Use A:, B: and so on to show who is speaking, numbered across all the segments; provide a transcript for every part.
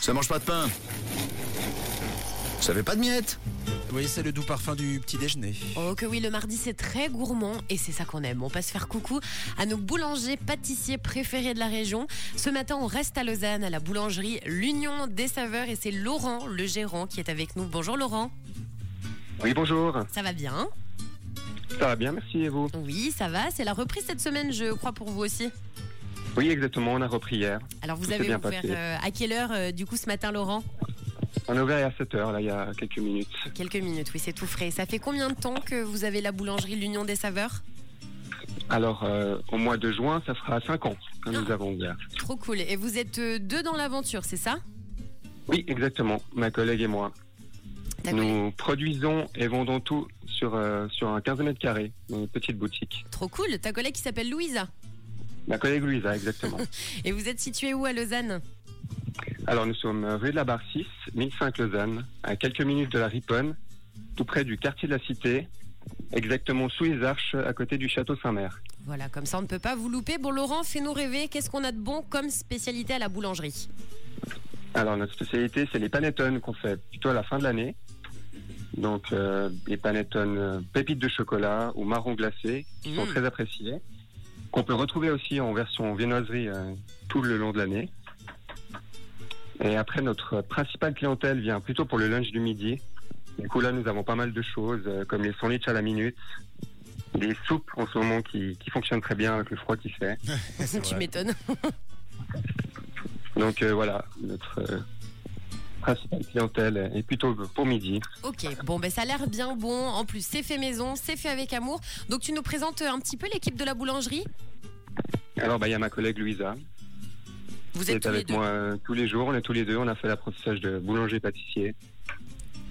A: Ça mange pas de pain. Ça fait pas de miettes.
B: Oui, c'est le doux parfum du petit déjeuner.
C: Oh que oui, le mardi c'est très gourmand et c'est ça qu'on aime. On passe faire coucou à nos boulangers, pâtissiers préférés de la région. Ce matin, on reste à Lausanne, à la boulangerie L'Union des Saveurs et c'est Laurent, le gérant, qui est avec nous. Bonjour Laurent,
D: Oui, bonjour.
C: ça va bien
D: Ça va bien, merci et vous
C: Oui, ça va, c'est la reprise cette semaine, je crois, pour vous aussi.
D: Oui, exactement, on a repris hier.
C: Alors vous
D: Tout s'est
C: avez
D: bien
C: ouvert
D: passé.
C: euh, à quelle heure euh, du coup ce matin Laurent
D: On a ouvert à 7h, là, il y a quelques minutes.
C: Quelques minutes, oui, c'est tout frais. Ça fait combien de temps que vous avez la boulangerie L'Union des Saveurs
D: Alors, euh, au mois de juin, ça fera 5 ans que nous
C: Ah.
D: avons ouvert.
C: Trop cool. Et vous êtes euh, deux dans l'aventure, c'est ça
D: Oui, exactement, ma collègue et moi.
C: T'as connu-
D: Nous produisons et vendons tout sur, euh, sur un 15 mètres carrés, dans une petite boutique.
C: Trop cool. Ta collègue qui s'appelle Louise.
D: Ma collègue Louisa, exactement.
C: Et vous êtes situé où à Lausanne
D: Alors, nous sommes rue de la Barre 6, 1005 Lausanne, à quelques minutes de la Riponne, tout près du quartier de la Cité, exactement sous les arches, à côté du château Saint-Mère.
C: Voilà, comme ça on ne peut pas vous louper. Bon Laurent, fais-nous rêver. Qu'est-ce qu'on a de bon comme spécialité à la boulangerie
D: Alors notre spécialité, c'est les panettones qu'on fait plutôt à la fin de l'année. Donc euh, les panettones euh, pépites de chocolat ou marron glacé qui sont
C: Mmh.
D: très appréciés, qu'on peut retrouver aussi en version viennoiserie euh, tout le long de l'année. Et après notre principale clientèle vient plutôt pour le lunch du midi. Du coup là nous avons pas mal de choses euh, comme les sandwichs à la minute, des soupes en ce moment qui, qui fonctionnent très bien avec le froid qui fait.
B: C'est
C: Tu
B: vrai.
C: m'étonnes.
D: Donc euh, voilà, notre euh, principale clientèle est plutôt pour midi.
C: Ok, bon, ben ça a l'air bien bon. En plus, c'est fait maison, c'est fait avec amour. Donc tu nous présentes euh, un petit peu l'équipe de la boulangerie
D: Alors bah il y a ma collègue Louisa
C: Vous
D: qui
C: êtes
D: est
C: tous les
D: avec
C: deux.
D: moi euh, tous les jours, on est tous les deux, on a fait l'apprentissage de boulanger-pâtissier.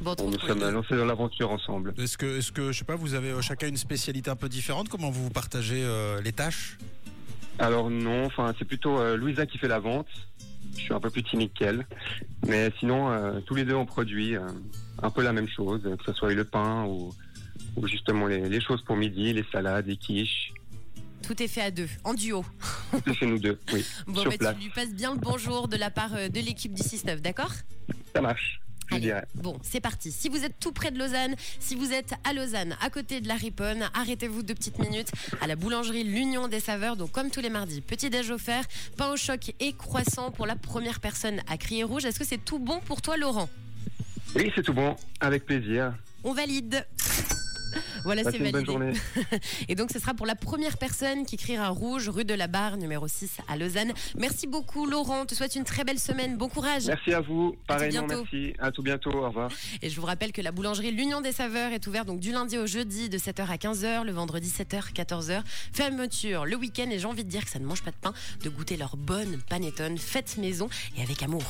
C: Bon,
D: On
C: trop
D: nous
C: cool.
D: sommes euh, lancés dans l'aventure ensemble.
B: Est-ce que, est-ce que, je sais pas, vous avez euh, chacun une spécialité un peu différente Comment vous vous partagez euh, les tâches
D: Alors non, enfin c'est plutôt euh, Louisa qui fait la vente. Je suis un peu plus timide qu'elle, mais sinon euh, tous les deux on produit euh, un peu la même chose, euh, que ce soit le pain ou, ou justement les, les choses pour midi, les salades, les quiches.
C: Tout est fait à deux, en duo.
D: Tout chez nous deux, oui.
C: Bon,
D: Sur
C: ben,
D: place.
C: tu lui passes bien le bonjour de la part euh, de l'équipe du 6-9, d'accord
D: Ça marche, je
C: Allez.
D: dirais.
C: Bon, c'est parti. Si vous êtes tout près de Lausanne, si vous êtes à Lausanne, à côté de la Riponne, arrêtez-vous deux petites minutes à la boulangerie L'Union des Saveurs. Donc, comme tous les mardis, petit déj offert, pain au choc et croissant pour la première personne à crier rouge. Est-ce que c'est tout bon pour toi, Laurent
D: Oui, c'est tout bon, avec plaisir.
C: On valide. Voilà,
D: Passez
C: c'est
D: une bonne
C: validé.
D: journée.
C: Et donc, ce sera pour la première personne qui criera rouge, rue de la Barre, numéro 6 à Lausanne. Merci beaucoup, Laurent. On te souhaite une très belle semaine. Bon courage.
D: Merci à vous, pareillement,
C: bientôt.
D: merci. À tout bientôt, au revoir.
C: Et je vous rappelle que la boulangerie L'Union des Saveurs est ouverte donc du lundi au jeudi de 7h à 15h, le vendredi 7h, 14h. Fermeture le week-end et j'ai envie de dire que ça ne mange pas de pain, de goûter leur bonne panettone faite maison et avec amour.